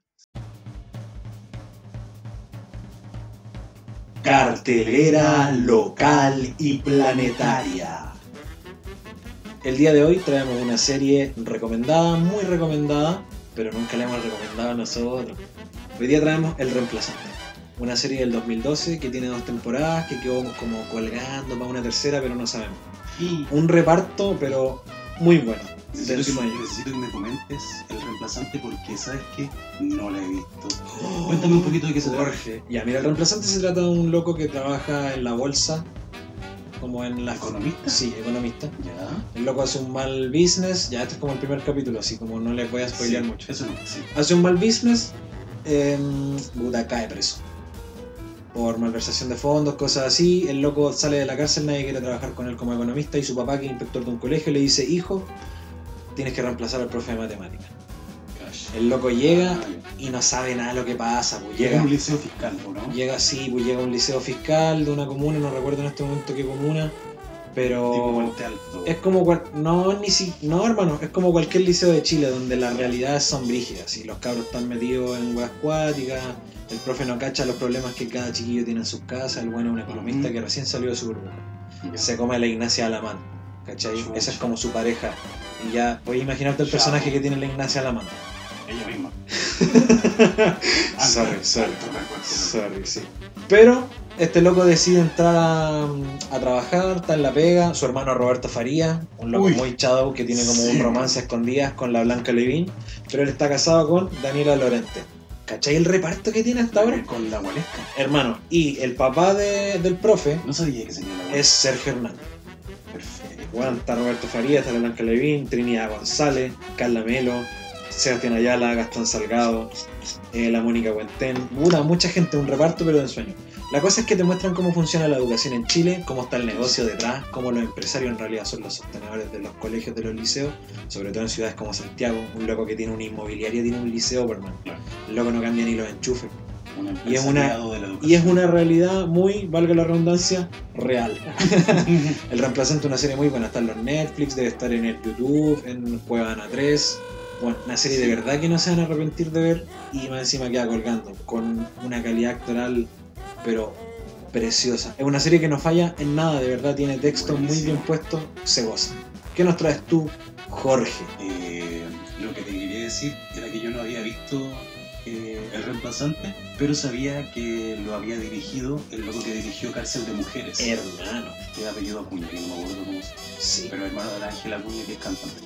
[SPEAKER 2] Cartelera local y planetaria.
[SPEAKER 1] El día de hoy traemos una serie recomendada, muy recomendada, pero nunca la hemos recomendado a nosotros. Hoy día traemos El Reemplazante, una serie del 2012 que tiene dos temporadas, que quedó como colgando para una tercera, pero no sabemos.
[SPEAKER 2] Y
[SPEAKER 1] Un reparto, pero muy bueno, del último
[SPEAKER 2] necesito, que,
[SPEAKER 1] año.
[SPEAKER 2] necesito que me comentes el reemplazante porque sabes que no la he visto. Oh, Cuéntame un poquito de qué se trata.
[SPEAKER 1] Jorge. Ya, mira, El Reemplazante se trata de un loco que trabaja en la bolsa, como en la...
[SPEAKER 2] ¿Economista?
[SPEAKER 1] Sí, economista.
[SPEAKER 2] Ya.
[SPEAKER 1] El loco hace un mal business, ya este es como el primer capítulo, así como no les voy a spoilear
[SPEAKER 2] Sí,
[SPEAKER 1] mucho.
[SPEAKER 2] Eso no, sí.
[SPEAKER 1] hace un mal business, eh, puta, cae preso. Por malversación de fondos, cosas así. El loco sale de la cárcel, nadie quiere trabajar con él como economista y su papá, que es inspector de un colegio, le dice, hijo, tienes que reemplazar al profe de matemáticas.
[SPEAKER 2] Cash.
[SPEAKER 1] El loco llega
[SPEAKER 2] Ah, ya.
[SPEAKER 1] y no sabe nada de lo que pasa, pues
[SPEAKER 2] Llega
[SPEAKER 1] llega.
[SPEAKER 2] un liceo fiscal, ¿o ¿no?
[SPEAKER 1] Llega así, pues llega a un liceo fiscal de una comuna, no recuerdo en este momento qué comuna,
[SPEAKER 2] Tipo
[SPEAKER 1] pero...
[SPEAKER 2] Puente Alto.
[SPEAKER 1] Es como cual- no ni si no hermano, es como cualquier liceo de Chile donde las realidades son brígidas y los cabros están metidos en weas cuáticas, el profe no cacha los problemas que cada chiquillo tiene en sus casas, el bueno es un economista
[SPEAKER 2] Ujú.
[SPEAKER 1] que recién salió de su burbuja.
[SPEAKER 2] Ya.
[SPEAKER 1] Se come a la Ignacia Alamán, ¿Cachai? Esa es como su pareja. Y ya, voy a imaginarte el personaje que tiene la Ignacia a la mano.
[SPEAKER 2] Ella misma.
[SPEAKER 1] Sorry, sorry. Sorry, sí. Pero este loco decide entrar a, a trabajar, está en la pega. Su hermano Roberto Faría, un loco
[SPEAKER 2] Uy.
[SPEAKER 1] muy chado que tiene como
[SPEAKER 2] Sí.
[SPEAKER 1] un romance a escondidas con la Blanca Levín. Pero él está casado con Daniela Lorente. ¿Cachai el reparto que tiene hasta ahora?
[SPEAKER 2] Con la gualesca.
[SPEAKER 1] Hermano, y el papá de- del profe
[SPEAKER 2] No sabía que se tenía la
[SPEAKER 1] es Sergio Hernández.
[SPEAKER 2] Perfecto.
[SPEAKER 1] Bueno, está Roberto Faría, está la Blanca Levín, Trinidad González, Carla Melo, Sebastián Ayala, Gastón Salgado, eh, la Mónica Huentén, Puta, mucha gente, un reparto pero de ensueño. La cosa es que te muestran cómo funciona la educación en Chile, cómo está el negocio detrás, cómo los empresarios en realidad son los sostenedores de los colegios, de los liceos, sobre todo en ciudades como Santiago, un loco que tiene una inmobiliaria tiene un liceo, por hermano. El loco no cambia ni los enchufes. Y es una- Y es una realidad muy, valga la redundancia, *laughs* real. el reemplazante es una serie muy buena. Está en los Netflix, debe estar en el YouTube, en Cuevana 3. Bueno, una serie de verdad que no se van a arrepentir de ver. Y más encima queda colgando, con una calidad actoral, pero preciosa. Es una serie que no falla en nada, de verdad. Tiene texto muy
[SPEAKER 2] Buenísimo.
[SPEAKER 1] bien puesto, se goza. ¿Qué nos traes tú, Jorge?
[SPEAKER 2] Eh, lo que te quería decir era que yo no había visto eh, El Reemplazante, pero sabía que lo había dirigido el loco que dirigió Cárcel de Mujeres.
[SPEAKER 1] Er. Hermano.
[SPEAKER 2] Que era apellido Acuña, que no me acuerdo cómo se
[SPEAKER 1] Sí.
[SPEAKER 2] Pero hermano de la Ángela Acuña, que es cantante.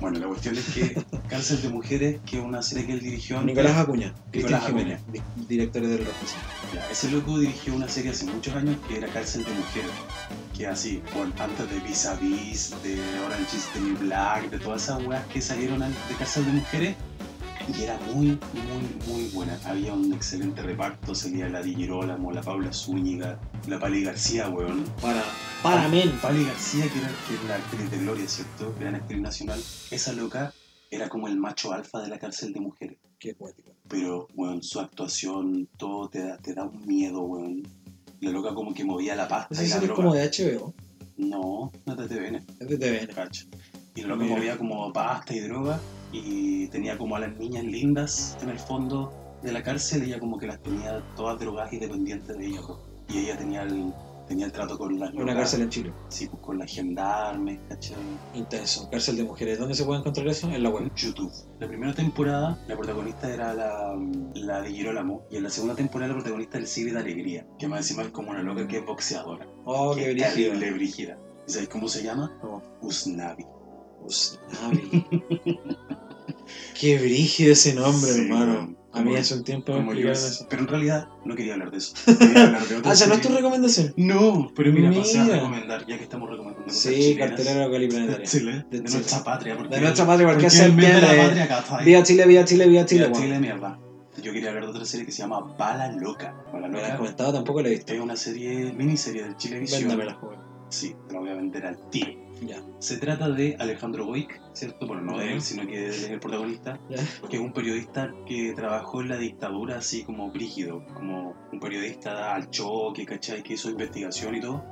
[SPEAKER 2] Bueno, la cuestión es que Cárcel de Mujeres, que es una serie que él dirigió antes-
[SPEAKER 1] Nicolás Acuña, Cristian
[SPEAKER 2] Nicolás
[SPEAKER 1] Jiménez, di- directores del reemplazante.
[SPEAKER 2] Ya, ese loco dirigió una serie hace muchos años que era Cárcel de Mujeres. Que así, bueno, antes de Vis a Vis, de Orange is the New Black, de todas esas weas que salieron antes de Cárcel de Mujeres. Y era muy, muy, muy buena. Había un excelente reparto. Seguía la Di Girolamo, la Paula Zúñiga, la Pali García, weón.
[SPEAKER 1] Para, para, men.
[SPEAKER 2] Pali García, que era, que era la actriz de Gloria, ¿cierto? Gran actriz nacional. Esa loca era como el macho alfa de la Cárcel de Mujeres
[SPEAKER 1] Qué poético.
[SPEAKER 2] pero weón, su actuación, todo te da, te da un miedo, weón. La loca como que movía la pasta
[SPEAKER 1] Esa
[SPEAKER 2] y la
[SPEAKER 1] serie es
[SPEAKER 2] droga.
[SPEAKER 1] como de HBO,
[SPEAKER 2] No, no te ven,
[SPEAKER 1] es de TVN.
[SPEAKER 2] cacho. Y la loca
[SPEAKER 1] Mira.
[SPEAKER 2] movía como pasta y droga y tenía como a las niñas lindas en el fondo de la cárcel y ella como que las tenía todas drogadas y dependientes de ellas. weón. Y ella tenía el, tenía el trato con las
[SPEAKER 1] Una
[SPEAKER 2] locas,
[SPEAKER 1] cárcel en Chile.
[SPEAKER 2] Sí, pues, con las gendarmes, ¿cachai?
[SPEAKER 1] Intenso. Cárcel de mujeres. ¿Dónde se puede encontrar eso? En la web.
[SPEAKER 2] YouTube. La primera temporada, la protagonista era la, la de Girolamo, y en la segunda temporada la protagonista del Civil de Alegría, que más encima es como una loca que es boxeadora.
[SPEAKER 1] Oh,
[SPEAKER 2] que
[SPEAKER 1] qué
[SPEAKER 2] es
[SPEAKER 1] brillo.
[SPEAKER 2] terrible, brígida. ¿Y sabéis cómo se llama?
[SPEAKER 1] ¿Cómo?
[SPEAKER 2] Usnavi.
[SPEAKER 1] Usnavi. Ah, qué brígido ese nombre,
[SPEAKER 2] Sí,
[SPEAKER 1] hermano.
[SPEAKER 2] weón.
[SPEAKER 1] A mí
[SPEAKER 2] Como-
[SPEAKER 1] hace un tiempo me
[SPEAKER 2] Como yo-
[SPEAKER 1] explicaron eso.
[SPEAKER 2] Pero en realidad no quería hablar de eso. *laughs* Quería hablar de otra
[SPEAKER 1] Ah, esa no es tu
[SPEAKER 2] serie.
[SPEAKER 1] recomendación.
[SPEAKER 2] No, pero mira, pasé a
[SPEAKER 1] Mira.
[SPEAKER 2] recomendar, ya que estamos recomendando cosas
[SPEAKER 1] Sí,
[SPEAKER 2] chilenas,
[SPEAKER 1] cartelera local y
[SPEAKER 2] de
[SPEAKER 1] planetaria.
[SPEAKER 2] Chile, de
[SPEAKER 1] De
[SPEAKER 2] nuestra
[SPEAKER 1] Chile.
[SPEAKER 2] patria. porque-
[SPEAKER 1] De nuestra patria, porque es el
[SPEAKER 2] el mes
[SPEAKER 1] día
[SPEAKER 2] de la
[SPEAKER 1] de...
[SPEAKER 2] patria, ¿cachai?
[SPEAKER 1] Viva Chile, viva Chile, viva Chile,
[SPEAKER 2] Chile,
[SPEAKER 1] weón.
[SPEAKER 2] Chile, mierda. Yo quería hablar de otra serie que se llama Bala Loca. Bala
[SPEAKER 1] Me la han
[SPEAKER 2] Loca
[SPEAKER 1] comentado, tampoco la he visto.
[SPEAKER 2] es una serie, miniserie de Chilevisión.
[SPEAKER 1] Véndamela, joven.
[SPEAKER 2] Sí, te la voy a vender al tiro.
[SPEAKER 1] Ya.
[SPEAKER 2] Se trata de Alejandro Boic, ¿cierto? Bueno, no de
[SPEAKER 1] Ya.
[SPEAKER 2] él, sino que él es el protagonista,
[SPEAKER 1] Ya.
[SPEAKER 2] que es un periodista que trabajó en la dictadura así como brígido, como un periodista al choque, ¿cachai? Que hizo investigación y todo.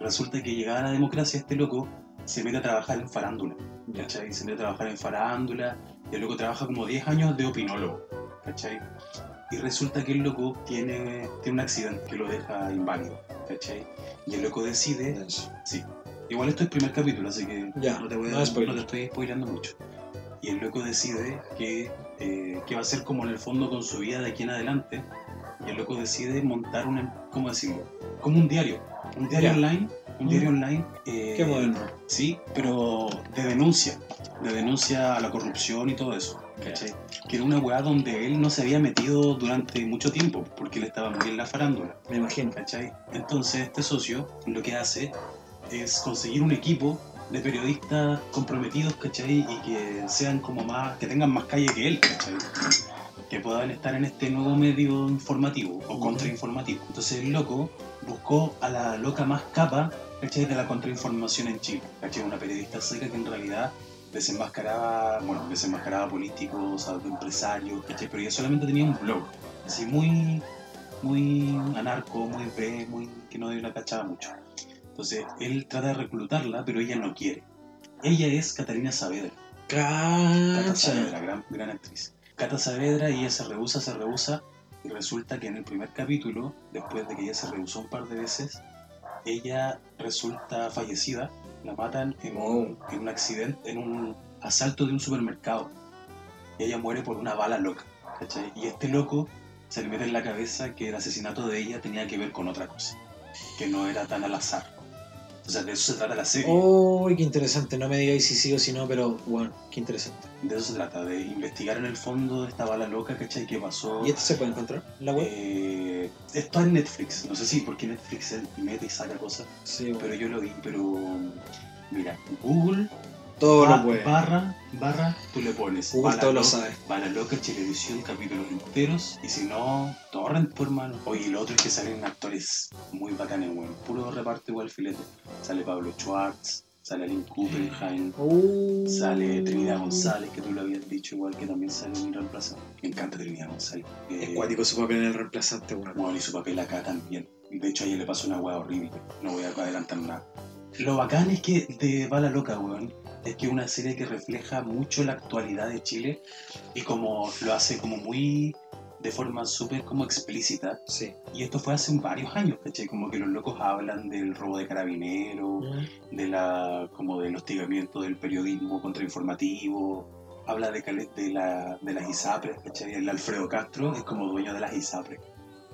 [SPEAKER 2] Resulta que llegada la democracia, este loco se mete a trabajar en farándula.
[SPEAKER 1] Ya.
[SPEAKER 2] ¿cachai? Se mete a trabajar en farándula y el loco trabaja como 10 años de opinólogo, ¿cachai? Y resulta que el loco tiene, tiene un accidente que lo deja inválido, ¿cachai? Y el loco decide,
[SPEAKER 1] Intenso.
[SPEAKER 2] igual esto es primer capítulo, así que
[SPEAKER 1] Ya,
[SPEAKER 2] no, te voy a-
[SPEAKER 1] no spoiler.
[SPEAKER 2] no te estoy spoilando mucho. Y el loco decide que, eh, que va a ser como en el fondo con su vida de aquí en adelante. Y el loco decide montar una, ¿cómo decirlo? Como un diario, un diario
[SPEAKER 1] Ya.
[SPEAKER 2] online, un
[SPEAKER 1] Mm.
[SPEAKER 2] diario online. eh,
[SPEAKER 1] Qué moderno.
[SPEAKER 2] Sí, pero de denuncia, de denuncia a la corrupción y todo eso, ¿cachai? Que era una weá donde él no se había metido durante mucho tiempo, porque él estaba muy en la farándula,
[SPEAKER 1] Me imagino.
[SPEAKER 2] ¿cachai? Entonces este socio lo que hace es conseguir un equipo de periodistas comprometidos, ¿cachai? Y que sean como más, que tengan más calle que él, ¿cachai? Que puedan estar en este nuevo medio informativo o contrainformativo. Entonces el loco buscó a la loca más capa ¿cachai? de la contrainformación en Chile. ¿cachai? Una periodista seca que en realidad desenmascaraba, bueno, desenmascaraba políticos, a empresarios, ¿cachai? pero ella solamente tenía un blog, así muy, muy anarco, muy B, muy, que no la cachaba mucho. Entonces él trata de reclutarla, pero ella no quiere. Ella es Catalina Saavedra.
[SPEAKER 1] Ah,
[SPEAKER 2] Cata Saavedra,
[SPEAKER 1] Cacha.
[SPEAKER 2] gran, gran actriz. Cata Saavedra y ella se rehúsa, se rehúsa y resulta que en el primer capítulo, después de que ella se rehusó un par de veces, Ella resulta fallecida, la matan en, un- en un accidente, en un asalto de un supermercado. Y ella muere por una bala loca, ¿cachai? Y este loco se le mete en la cabeza que el asesinato de ella tenía que ver con otra cosa, que no era tan al azar. O sea, de eso se trata la serie.
[SPEAKER 1] Uy, qué interesante. No me digáis si sí o si no, pero bueno, qué interesante.
[SPEAKER 2] De eso se trata, de investigar en el fondo de esta bala loca, ¿cachai? ¿Qué pasó?
[SPEAKER 1] ¿Y esto se puede encontrar en la web?
[SPEAKER 2] Eh, esto es Netflix, no sé si porque Netflix se mete y saca cosas,
[SPEAKER 1] Sí, bueno.
[SPEAKER 2] pero yo lo vi, pero um, mira, Google
[SPEAKER 1] Todo
[SPEAKER 2] ba-
[SPEAKER 1] lo puede.
[SPEAKER 2] barra, barra, tú le pones
[SPEAKER 1] Google todo lo
[SPEAKER 2] loca-
[SPEAKER 1] sabe.
[SPEAKER 2] bala loca, televisión, capítulos enteros, y si no, torrent por mano. Oye, y lo otro es que salen actores muy bacanes, bueno, puro reparto igual filete. Sale Pablo Schwartz, sale Aline Kuppenheim,
[SPEAKER 1] Uh,
[SPEAKER 2] Sale Trinidad González, que tú lo habías dicho, igual que también sale en reemplazante. Me encanta Trinidad González. Eh,
[SPEAKER 1] Es cuático su papel en el reemplazante, weón.
[SPEAKER 2] bueno, y su papel acá también. De hecho, a ella le pasó una hueá horrible. No voy a adelantar nada. Lo bacán es que de Bala Loca, weón, es que es una serie que refleja mucho la actualidad de Chile y como lo hace como muy de forma súper como explícita.
[SPEAKER 1] Sí.
[SPEAKER 2] Y esto fue hace varios años, ¿cachai? Como que los locos hablan del robo de carabinero, de la como del hostigamiento del periodismo contrainformativo, habla de, cale- de, la, de las ISAPRES, ¿cachai? El Alfredo Castro es como dueño de las ISAPRES,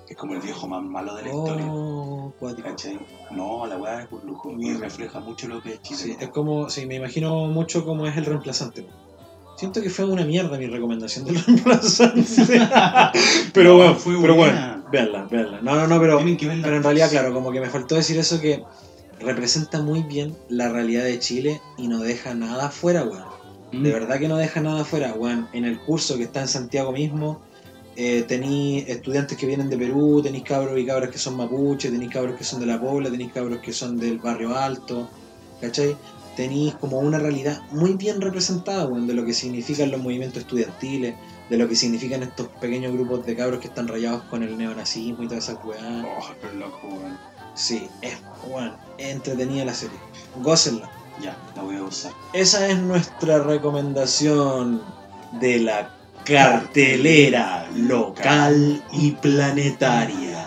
[SPEAKER 2] es como el viejo más malo de la historia,
[SPEAKER 1] Oh, cuático.
[SPEAKER 2] ¿cachai? No, la weá es un lujo y refleja mucho lo que es Chile.
[SPEAKER 1] Sí, es como, sí, me imagino mucho cómo es el reemplazante. Siento que fue una mierda mi recomendación del *laughs* reemplazante. pero
[SPEAKER 2] No,
[SPEAKER 1] bueno,
[SPEAKER 2] fue
[SPEAKER 1] pero
[SPEAKER 2] buena.
[SPEAKER 1] bueno, veanla, veanla. No, no, no, pero,
[SPEAKER 2] Tienen que verla.
[SPEAKER 1] pero en realidad, claro, como que me faltó decir eso que representa muy bien la realidad de Chile y no deja nada afuera, weón.
[SPEAKER 2] Mm.
[SPEAKER 1] De verdad que no deja nada afuera, weón. En el curso que está en Santiago mismo, eh, tení estudiantes que vienen de Perú, tenéis cabros y cabras que son mapuche, tenéis cabros que son de la Pobla, tenéis cabros que son del barrio alto, ¿cachai? Tenéis como una realidad muy bien representada, weón, de lo que significan los movimientos estudiantiles, de lo que significan estos pequeños grupos de cabros que están rayados con el neonazismo y todas esas weas.
[SPEAKER 2] Oh, pero loco, weón.
[SPEAKER 1] Sí, es, weón, es entretenida la serie. Gócenla.
[SPEAKER 2] Ya, la voy a usar.
[SPEAKER 1] Esa es nuestra recomendación de la cartelera local y planetaria.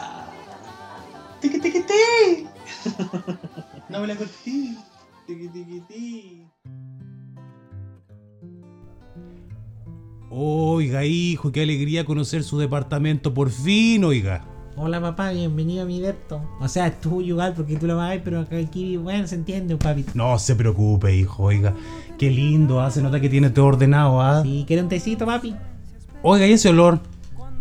[SPEAKER 2] ¡Tiqui, tiqui, ti! *laughs* No me la corté. ¡Tiqui, tiqui, ti!
[SPEAKER 4] Oiga, hijo, qué alegría conocer su departamento por fin, oiga.
[SPEAKER 8] Hola papá, bienvenido a mi depto. O sea, es tuyo igual porque tú lo vas a ver, pero acá aquí, bueno, se entiende, papi.
[SPEAKER 4] No se preocupe, hijo, oiga. Qué lindo, ah, se nota que tiene todo ordenado, ah.
[SPEAKER 8] Si quiere un tecito, papi.
[SPEAKER 4] Oiga, ¿y ese olor?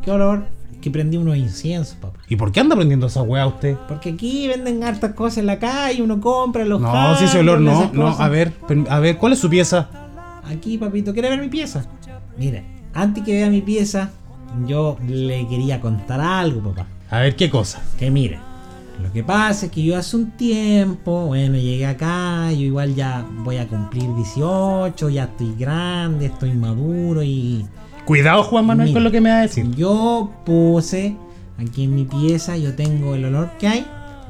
[SPEAKER 8] Qué olor. Que prendí unos inciensos, papá.
[SPEAKER 4] ¿Y por qué anda prendiendo esa weá usted?
[SPEAKER 8] Porque aquí venden hartas cosas en la calle, uno compra los
[SPEAKER 4] No,
[SPEAKER 8] cambios,
[SPEAKER 4] si ese olor no,
[SPEAKER 8] esas
[SPEAKER 4] no,
[SPEAKER 8] cosas.
[SPEAKER 4] a ver, per- a ver, ¿cuál es su pieza?
[SPEAKER 8] Aquí, papito, ¿quiere ver mi pieza? Mira, antes que vea mi pieza, yo le quería contar algo, papá.
[SPEAKER 4] A ver, ¿qué cosa?
[SPEAKER 8] Que mira, lo que pasa es que yo hace un tiempo, bueno, llegué acá, yo igual ya voy a cumplir 18, ya estoy grande, estoy maduro y
[SPEAKER 4] Cuidado, Juan Manuel,
[SPEAKER 8] Mira.
[SPEAKER 4] con lo que me va a decir.
[SPEAKER 8] yo puse aquí en mi pieza, yo tengo el olor que hay,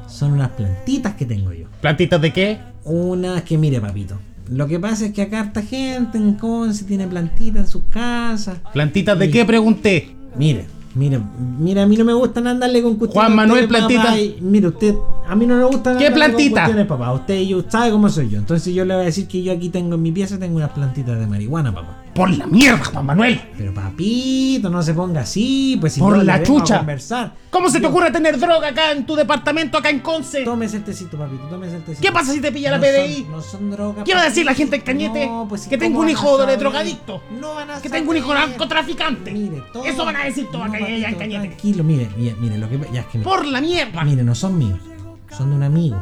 [SPEAKER 8] son unas plantitas que tengo yo.
[SPEAKER 4] ¿Plantitas de qué?
[SPEAKER 8] Unas que mire, papito. Lo que pasa es que acá esta gente en Conce tiene plantitas en sus casas.
[SPEAKER 4] ¿Plantitas de qué? Pregunté.
[SPEAKER 8] Mire, mire, mira, a mí no me gustan andarle con cuestiones.
[SPEAKER 4] Juan Manuel,
[SPEAKER 8] a ustedes,
[SPEAKER 4] plantita.
[SPEAKER 8] papá, y- Mire, usted, a mí no me gustan
[SPEAKER 4] ¿Qué
[SPEAKER 8] andarle con
[SPEAKER 4] plantita?
[SPEAKER 8] cuestiones, papá. Usted y yo sabe cómo soy yo. Entonces yo le voy a decir que yo aquí tengo en mi pieza tengo unas plantitas de marihuana, papá.
[SPEAKER 4] Por la mierda, Juan Manuel.
[SPEAKER 8] Pero papito, no se ponga así, pues si
[SPEAKER 4] Por
[SPEAKER 8] no le
[SPEAKER 4] la
[SPEAKER 8] vengo a
[SPEAKER 4] chucha.
[SPEAKER 8] conversar.
[SPEAKER 4] ¿Cómo se te ocurre tener droga acá en tu departamento, acá en Conce?
[SPEAKER 8] Tómese el tecito, papito, tómese el tecito.
[SPEAKER 4] ¿Qué pasa si te pilla la
[SPEAKER 8] No son-
[SPEAKER 4] PDI?
[SPEAKER 8] no son drogas.
[SPEAKER 4] ¿Qué va a decir la
[SPEAKER 8] papito.
[SPEAKER 4] gente en Cañete?
[SPEAKER 8] No, pues,
[SPEAKER 4] que tengo
[SPEAKER 8] ¿cómo
[SPEAKER 4] un
[SPEAKER 8] van a
[SPEAKER 4] hijo de
[SPEAKER 8] saber?
[SPEAKER 4] drogadicto.
[SPEAKER 8] No van a
[SPEAKER 4] Que tengo un hijo
[SPEAKER 8] saber.
[SPEAKER 4] narcotraficante.
[SPEAKER 8] Mire, todo-
[SPEAKER 4] Eso van a decir todos acá, allá en
[SPEAKER 8] papito,
[SPEAKER 4] Cañete.
[SPEAKER 8] Tranquilo, mire, mire, mire, lo que ya es que
[SPEAKER 4] Por la mierda.
[SPEAKER 8] Ah, Mire, no son míos, son de un amigo.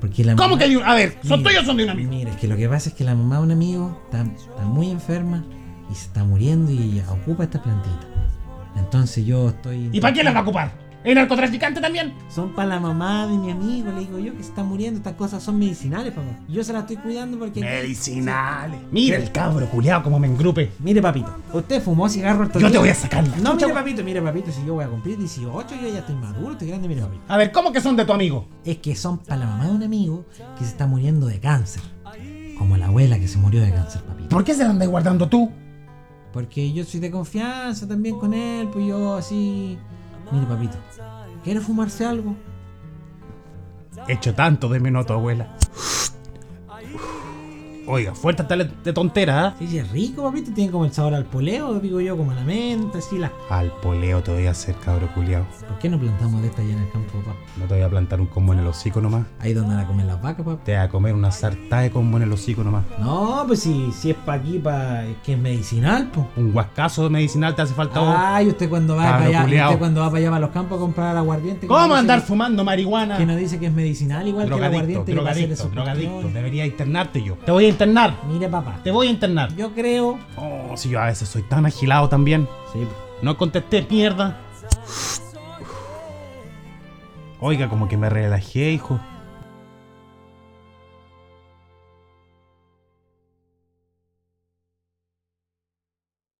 [SPEAKER 8] Porque la
[SPEAKER 4] ¿Cómo
[SPEAKER 8] mamá-
[SPEAKER 4] que de un- A ver, ¿son
[SPEAKER 8] Mire,
[SPEAKER 4] tuyos o son de un amigo?
[SPEAKER 8] Mire, es que lo que pasa es que la mamá de un amigo está, está muy enferma y se está muriendo y ella ocupa esta plantita. Entonces yo estoy.
[SPEAKER 4] ¿Y para quién las va a ocupar? ¿El narcotraficante también?
[SPEAKER 8] Son para la mamá de mi amigo, le digo yo, que se está muriendo. Estas cosas son medicinales, papá. Yo se las estoy cuidando porque.
[SPEAKER 4] Medicinales. Mira el cabro culiao como me engrupe.
[SPEAKER 8] Mire, papito, usted fumó cigarro estos
[SPEAKER 4] Yo te
[SPEAKER 8] días?
[SPEAKER 4] voy a sacar la
[SPEAKER 8] No,
[SPEAKER 4] chucha,
[SPEAKER 8] mire,
[SPEAKER 4] weón.
[SPEAKER 8] papito, mire, papito, si yo voy a cumplir 18, yo ya estoy maduro, estoy grande, mire, papito.
[SPEAKER 4] A ver, ¿cómo que son de tu amigo?
[SPEAKER 8] es que son para la mamá de un amigo que se está muriendo de cáncer. Como la abuela que se murió de cáncer, papito.
[SPEAKER 4] ¿Por qué se la andas guardando tú?
[SPEAKER 8] Porque yo soy de confianza también con él, pues yo así. Mire, papito, ¿quiere fumarse algo?
[SPEAKER 4] Echo tanto de menos a tu abuela. Oiga, fuerte tal de tontera, ¿ah?
[SPEAKER 8] Sí, sí, es rico, papito. Tiene como el sabor al poleo, digo yo, como a la menta, así la...
[SPEAKER 4] Al poleo te voy a hacer, cabro culiao.
[SPEAKER 8] ¿Por qué no plantamos de esta allá en el campo, papá?
[SPEAKER 4] No te voy a plantar un combo en el hocico nomás.
[SPEAKER 8] Ahí donde van a comer las vacas, papá.
[SPEAKER 4] Te voy a comer una sarta de combo en el hocico nomás.
[SPEAKER 8] No, pues si, si es pa' aquí, pa... es que es medicinal, po.
[SPEAKER 4] Un guascazo medicinal te hace falta vos.
[SPEAKER 8] Ay, usted cuando va
[SPEAKER 4] Cabro
[SPEAKER 8] para allá,
[SPEAKER 4] culiao.
[SPEAKER 8] usted cuando va para allá para los campos a comprar aguardiente. que
[SPEAKER 4] ¿Cómo
[SPEAKER 8] nos
[SPEAKER 4] andar
[SPEAKER 8] dice
[SPEAKER 4] fumando marihuana?
[SPEAKER 8] que, que nos dice que es medicinal igual que el
[SPEAKER 4] Drogadicto,
[SPEAKER 8] aguardiente que va a hacer
[SPEAKER 4] drogadicto,
[SPEAKER 8] esos
[SPEAKER 4] drogadicto.
[SPEAKER 8] cuestiones.
[SPEAKER 4] Debería internarte yo. Te voy a internar.
[SPEAKER 8] Mire, papá,
[SPEAKER 4] Te voy a internar.
[SPEAKER 8] yo creo...
[SPEAKER 4] Oh, si yo a veces soy tan agilado también.
[SPEAKER 8] Sí,
[SPEAKER 4] No contesté mierda. Oiga, como que me relajé, hijo.